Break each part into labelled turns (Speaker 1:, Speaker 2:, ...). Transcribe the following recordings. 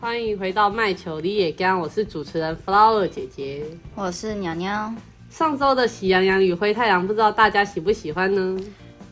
Speaker 1: 欢迎回到麦球里野干，我是主持人 Flower 姐姐。
Speaker 2: 我是鸟鸟。
Speaker 1: 上周的《喜羊羊与灰太狼》，不知道大家喜不喜欢呢？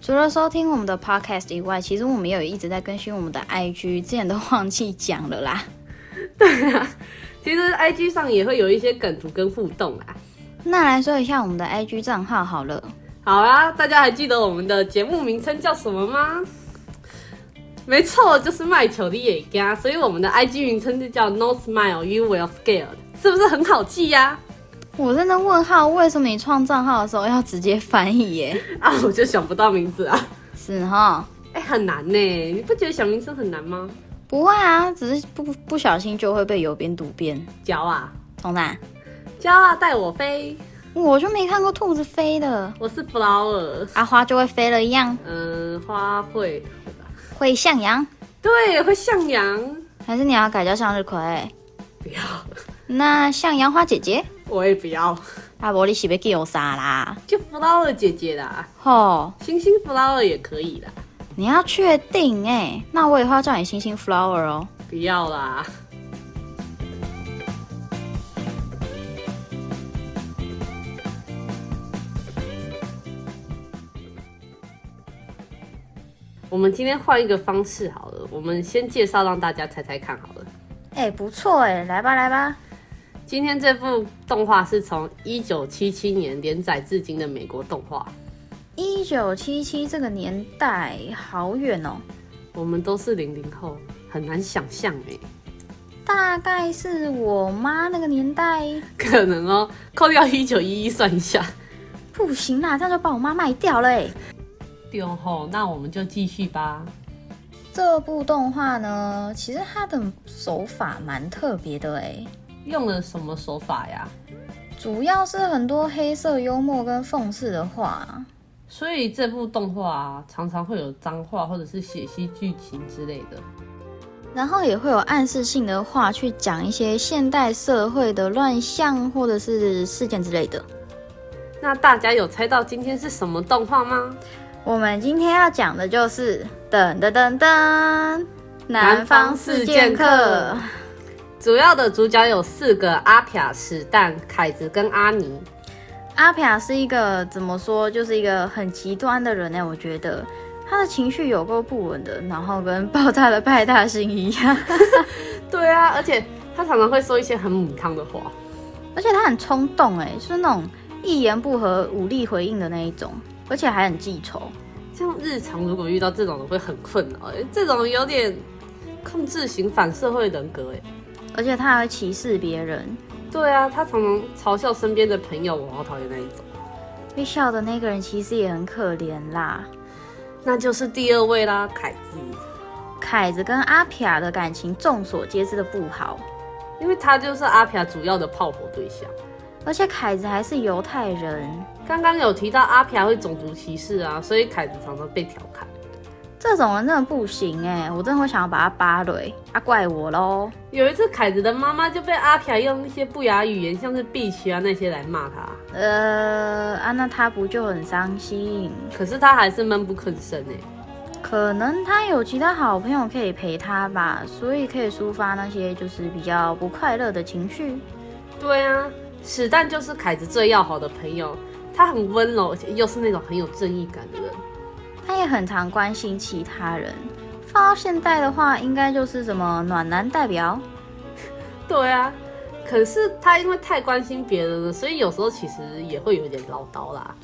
Speaker 2: 除了收听我们的 podcast 以外，其实我们也有一直在更新我们的 IG，之前都忘记讲了啦。
Speaker 1: 其实 IG 上也会有一些梗图跟互动啊啦。
Speaker 2: 那来说一下我们的 IG 账号好了，
Speaker 1: 好啦，大家还记得我们的节目名称叫什么吗？没错，就是卖球的野鸭，啊所以我们的 IG 名称就叫 No Smile You Will Scared，是不是很好记呀、
Speaker 2: 我真的问号，为什么你创账号的时候要直接翻译耶？
Speaker 1: 啊？我就想不到名字啊，
Speaker 2: 是哈？
Speaker 1: 哎、很难呢，你不觉得想名称很难吗？
Speaker 2: 不会啊，只是不不小心就会被有边读边。
Speaker 1: 脚啊，
Speaker 2: 从哪？
Speaker 1: 骄傲带我飞，
Speaker 2: 我就没看过兔子飞的，
Speaker 1: 我是 flower，
Speaker 2: 阿花就会飞了一样，
Speaker 1: 嗯，花卉，
Speaker 2: 会向阳。
Speaker 1: 对，会向阳，
Speaker 2: 还是你要改叫向日葵？
Speaker 1: 不要，
Speaker 2: 那向阳花姐姐，
Speaker 1: 我也不要，
Speaker 2: 阿伯你喜被给我杀啦？
Speaker 1: 就 flower 姐姐啦，
Speaker 2: 吼、
Speaker 1: 星星 flower 也可以啦，
Speaker 2: 你要确定哎、那我以后要叫你星星 flower 哦。
Speaker 1: 不要啦。我们今天换一个方式好了，我们先介绍让大家猜猜看好了。
Speaker 2: 哎、不错哎、来吧来吧。
Speaker 1: 今天这部动画是从一九七七年连载至今的美国动画，
Speaker 2: 一九七七这个年代好远哦，
Speaker 1: 我们都是零零后，很难想象哎，
Speaker 2: 大概是我妈那个年代。
Speaker 1: 可能哦，扣掉一九一一算一下。
Speaker 2: 不行啦，这样就把我妈卖掉了哎、
Speaker 1: 丢吼，那我们就继续吧。
Speaker 2: 这部动画呢，其实它的手法蛮特别的哎、
Speaker 1: 用了什么手法呀？
Speaker 2: 主要是很多黑色幽默跟讽刺的话。
Speaker 1: 所以这部动画、啊、常常会有脏话或者是血腥剧情之类的。
Speaker 2: 然后也会有暗示性的话去讲一些现代社会的乱象或者是事件之类的。
Speaker 1: 那大家有猜到今天是什么动画吗？
Speaker 2: 我们今天要讲的就是噔噔噔噔，南方四剑客。
Speaker 1: 主要的主角有四个：阿撇、史蛋、凯子跟阿尼。
Speaker 2: 阿皮亚是一个怎么说，就是一个很极端的人呢、欸我觉得他的情绪有够不稳的，然后跟爆炸的派大星一样，
Speaker 1: 对啊，而且他常常会说一些很母汤的话。
Speaker 2: 而且他很冲动，哎，就是那种一言不合武力回应的那一种，而且还很记仇。
Speaker 1: 像日常如果遇到这种人会很困扰，哎这种有点控制型反社会人格，哎。
Speaker 2: 而且他还会歧视别人，
Speaker 1: 对啊，他常常嘲笑身边的朋友，我好讨厌那一种。
Speaker 2: 被笑的那个人其实也很可怜啦。
Speaker 1: 那就是第二位啦，凯子，
Speaker 2: 凯子跟阿皮亚的感情众所皆知的不好，
Speaker 1: 因为他就是阿撇主要的炮火对象。
Speaker 2: 而且凯子还是犹太人，
Speaker 1: 刚刚有提到阿撇会种族歧视啊，所以凯子常常被调侃。
Speaker 2: 这种人真的不行哎、我真的会想要把他扒了、欸，啊怪我喽。
Speaker 1: 有一次，凯子的妈妈就被阿撇用一些不雅语言，像是 bitch 啊那些来骂他，
Speaker 2: 呃，啊那他不就很伤心？
Speaker 1: 可是他还是闷不吭声哎。
Speaker 2: 可能他有其他好朋友可以陪他吧，所以可以抒发那些就是比较不快乐的情绪。
Speaker 1: 对啊，史蛋就是凯子最要好的朋友，他很温柔，而且又是那种很有正义感的人。
Speaker 2: 他也很常关心其他人。放到现代的话，应该就是什么暖男代表。
Speaker 1: 对啊，可是他因为太关心别人了，所以有时候其实也会有点唠叨啦。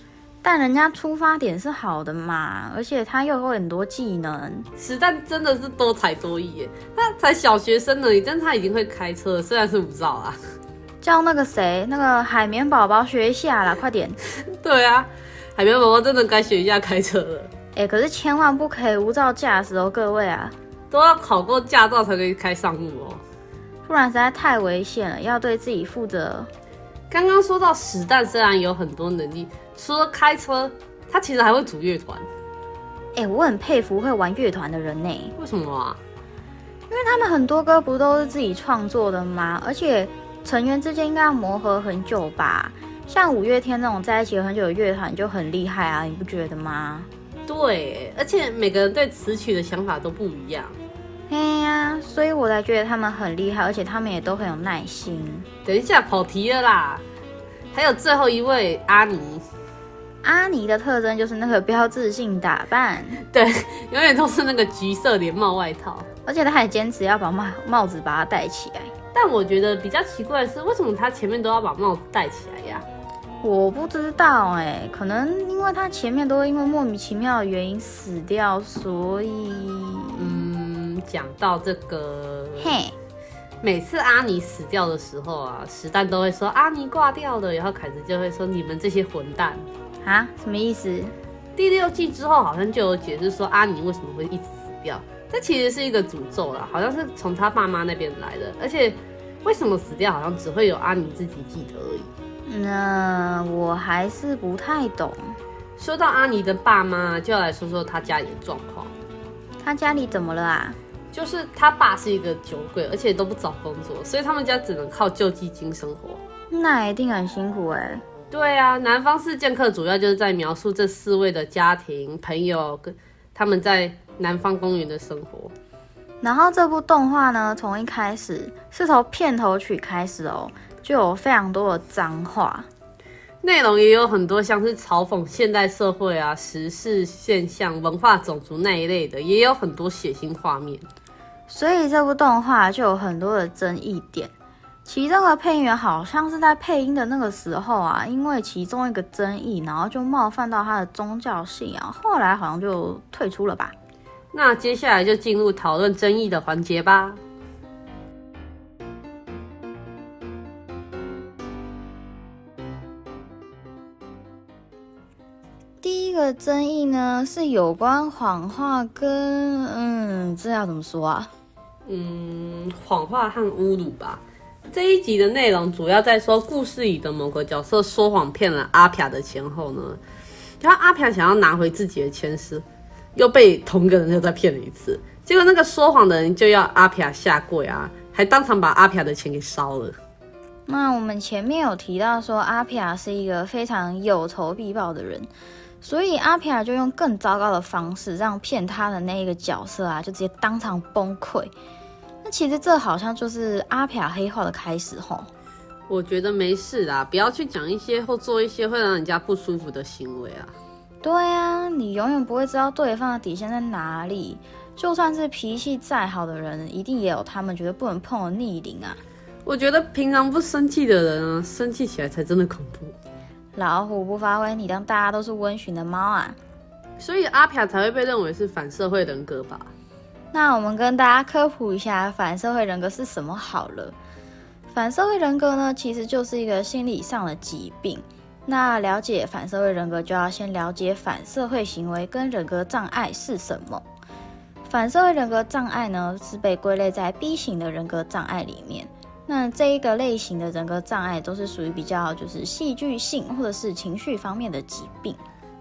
Speaker 2: 但人家出发点是好的嘛，而且他又有很多技能，
Speaker 1: 史蛋真的是多才多艺耶，他才小学生呢，但是他已经会开车了，虽然是无照啊。
Speaker 2: 叫那个谁，那个海绵宝宝学一下啦，快点！
Speaker 1: 对啊，海绵宝宝真的该学一下开车了，
Speaker 2: 哎、可是千万不可以无照驾驶哦，各位啊，
Speaker 1: 都要考过驾照才可以开上路哦。
Speaker 2: 不然实在太危险了，要对自己负责。
Speaker 1: 刚刚说到史蛋虽然有很多能力，除了开车，他其实还会组乐团，
Speaker 2: 哎、我很佩服会玩乐团的人呢、
Speaker 1: 为什么啊？
Speaker 2: 因为他们很多歌不都是自己创作的吗？而且成员之间应该要磨合很久吧。像五月天那种在一起很久的乐团就很厉害啊，你不觉得吗？
Speaker 1: 对，而且每个人对词曲的想法都不一样。
Speaker 2: 嘿呀、所以我才觉得他们很厉害，而且他们也都很有耐心。
Speaker 1: 等一下跑题了啦，还有最后一位阿尼，
Speaker 2: 阿尼的特征就是那个标志性打扮，
Speaker 1: 对，永远都是那个橘色连帽外套。
Speaker 2: 而且他还坚持要把帽帽子把它戴起来。
Speaker 1: 但我觉得比较奇怪的是，为什么他前面都要把帽子戴起来呀？
Speaker 2: 我不知道哎、可能因为他前面都会因为莫名其妙的原因死掉，所以
Speaker 1: 嗯，讲到这个，
Speaker 2: 嘿，
Speaker 1: 每次阿尼死掉的时候啊，石蛋都会说阿尼挂掉了，然后凯子就会说你们这些混蛋。
Speaker 2: 啊，什么意思？
Speaker 1: 第六季之后好像就有解释说阿尼为什么会一直死掉，这其实是一个诅咒啦，好像是从他爸妈那边来的，而且为什么死掉好像只会有阿尼自己记得而已。
Speaker 2: 那我还是不太懂，
Speaker 1: 说到阿尼的爸妈，就要来说说他家里的状况。
Speaker 2: 他家里怎么了啊？
Speaker 1: 就是他爸是一个酒鬼，而且都不找工作，所以他们家只能靠救济金生活。
Speaker 2: 那一定很辛苦哎、
Speaker 1: 对啊，南方四剑客主要就是在描述这四位的家庭、朋友跟他们在南方公园的生活。
Speaker 2: 然后这部动画呢，从一开始是从片头曲开始哦，就有非常多的脏话。
Speaker 1: 内容也有很多像是嘲讽现代社会啊、时事现象、文化、种族那一类的，也有很多血腥画面。
Speaker 2: 所以这部动画就有很多的争议点。其中的配音员好像是在配音的那个时候啊，因为其中一个争议，然后就冒犯到他的宗教信仰，后来好像就退出了吧。
Speaker 1: 那接下来就进入讨论争议的环节吧。
Speaker 2: 第一个争议呢是有关谎话跟嗯，这要怎么说啊？
Speaker 1: 嗯，谎话和侮辱吧。这一集的内容主要在说故事里的某个角色说谎骗了阿飘的钱后呢，然后阿飘想要拿回自己的钱时，又被同一个人又再骗了一次。结果那个说谎的人就要阿飘下跪啊，还当场把阿飘的钱给烧了。
Speaker 2: 那我们前面有提到说，阿皮亚是一个非常有仇必报的人，所以阿皮亚就用更糟糕的方式，让骗他的那一个角色啊，就直接当场崩溃。那其实这好像就是阿皮亚黑化的开始吼。
Speaker 1: 我觉得没事啦，不要去讲一些或做一些会让人家不舒服的行为啊。
Speaker 2: 对啊，你永远不会知道对方的底线在哪里。就算是脾气再好的人，一定也有他们绝对不能碰的逆鳞啊。
Speaker 1: 我觉得平常不生气的人啊，生气起来才真的恐怖。
Speaker 2: 老虎不发威，你当大家都是温驯的猫啊？
Speaker 1: 所以阿飘才会被认为是反社会人格吧？
Speaker 2: 那我们跟大家科普一下反社会人格是什么好了。反社会人格呢，其实就是一个心理上的疾病。那了解反社会人格，就要先了解反社会行为跟人格障碍是什么。反社会人格障碍呢，是被归类在 B 型的人格障碍里面。那这一个类型的人格障碍都是属于比较就是戏剧性或者是情绪方面的疾病。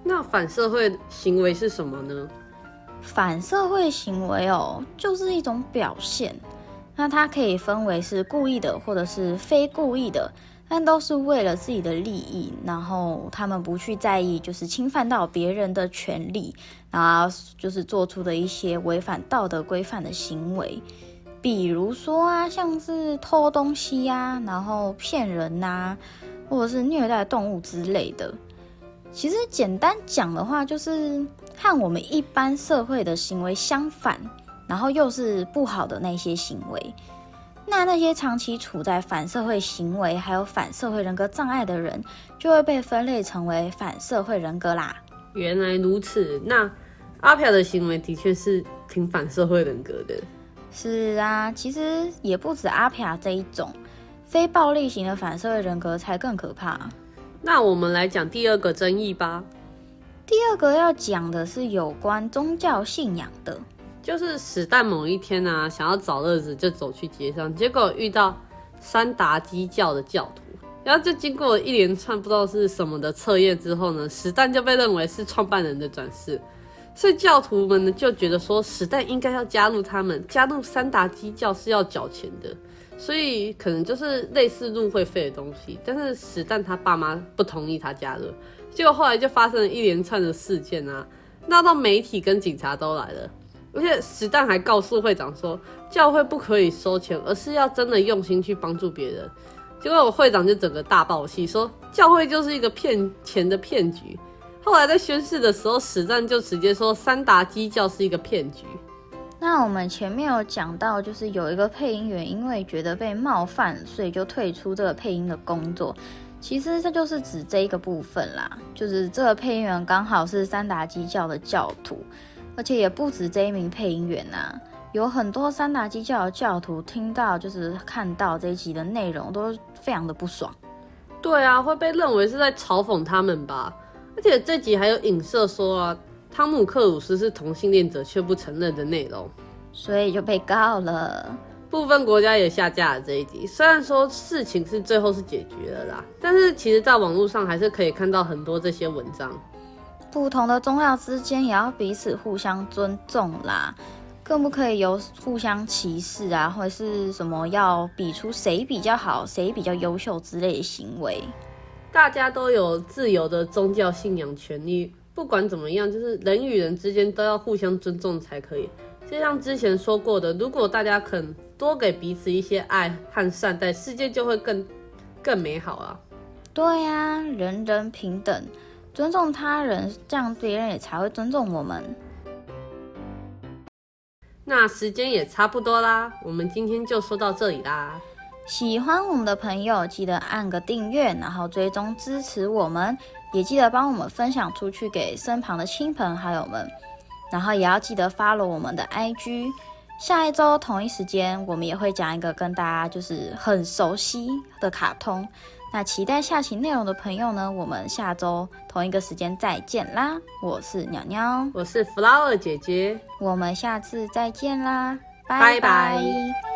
Speaker 1: 那反社会行为是什么呢？
Speaker 2: 反社会行为哦，就是一种表现。那它可以分为是故意的或者是非故意的，但都是为了自己的利益，然后他们不去在意，就是侵犯到别人的权利，然后就是做出的一些违反道德规范的行为。比如说啊，像是偷东西呀、然后骗人呐、或者是虐待动物之类的。其实简单讲的话，就是和我们一般社会的行为相反，然后又是不好的那些行为。那那些长期处在反社会行为还有反社会人格障碍的人，就会被分类成为反社会人格啦。
Speaker 1: 原来如此，那阿飘的行为的确是挺反社会人格的。
Speaker 2: 是啊，其实也不止阿皮亚这一种，非暴力型的反社会人格才更可怕。
Speaker 1: 那我们来讲第二个争议吧，
Speaker 2: 第二个要讲的是有关宗教信仰的。
Speaker 1: 就是史蛋某一天啊，想要找乐子就走去街上，结果遇到三达基教的教徒，然后就经过一连串不知道是什么的测验之后呢，史蛋就被认为是创办人的转世。所以教徒们呢就觉得说，史蛋应该要加入他们，加入三达基教是要缴钱的，所以可能就是类似入会费的东西。但是史蛋他爸妈不同意他加入，结果后来就发生了一连串的事件啊，闹到媒体跟警察都来了。而且实弹还告诉会长说，教会不可以收钱，而是要真的用心去帮助别人。结果我会长就整个大爆气，说教会就是一个骗钱的骗局。后来在宣誓的时候，实战就直接说三达基教是一个骗局。
Speaker 2: 那我们前面有讲到，就是有一个配音员因为觉得被冒犯，所以就退出这个配音的工作。其实这就是指这一个部分啦，就是这个配音员刚好是三达基教的教徒，而且也不止这一名配音员啊，有很多三达基教的教徒听到就是看到这一集的内容都非常的不爽。
Speaker 1: 对啊，会被认为是在嘲讽他们吧？而且这集还有影射说啊，汤姆克鲁斯是同性恋者却不承认的内容。
Speaker 2: 所以就被告了。
Speaker 1: 部分国家也下架了这一集。虽然说事情是最后是解决了啦，但是其实在网络上还是可以看到很多这些文章。
Speaker 2: 不同的宗教之间也要彼此互相尊重啦，更不可以有互相歧视啊，或者是什么要比出谁比较好、谁比较优秀之类的行为。
Speaker 1: 大家都有自由的宗教信仰权利，不管怎么样，就是人与人之间都要互相尊重才可以。就像之前说过的，如果大家肯多给彼此一些爱和善待，世界就会更更美好啊。
Speaker 2: 对呀、人人平等，尊重他人，这样别人也才会尊重我们。
Speaker 1: 那时间也差不多啦，我们今天就说到这里啦。
Speaker 2: 喜欢我们的朋友，记得按个订阅，然后追踪支持我们，也记得帮我们分享出去给身旁的亲朋好友们，然后也要记得 follow 我们的 IG。下一周同一时间，我们也会讲一个跟大家就是很熟悉的卡通。那期待下期内容的朋友呢，我们下周同一个时间再见啦！我是鸟鸟，
Speaker 1: 我是 Flower 姐姐。
Speaker 2: 我们下次再见啦，
Speaker 1: 拜拜
Speaker 2: 拜拜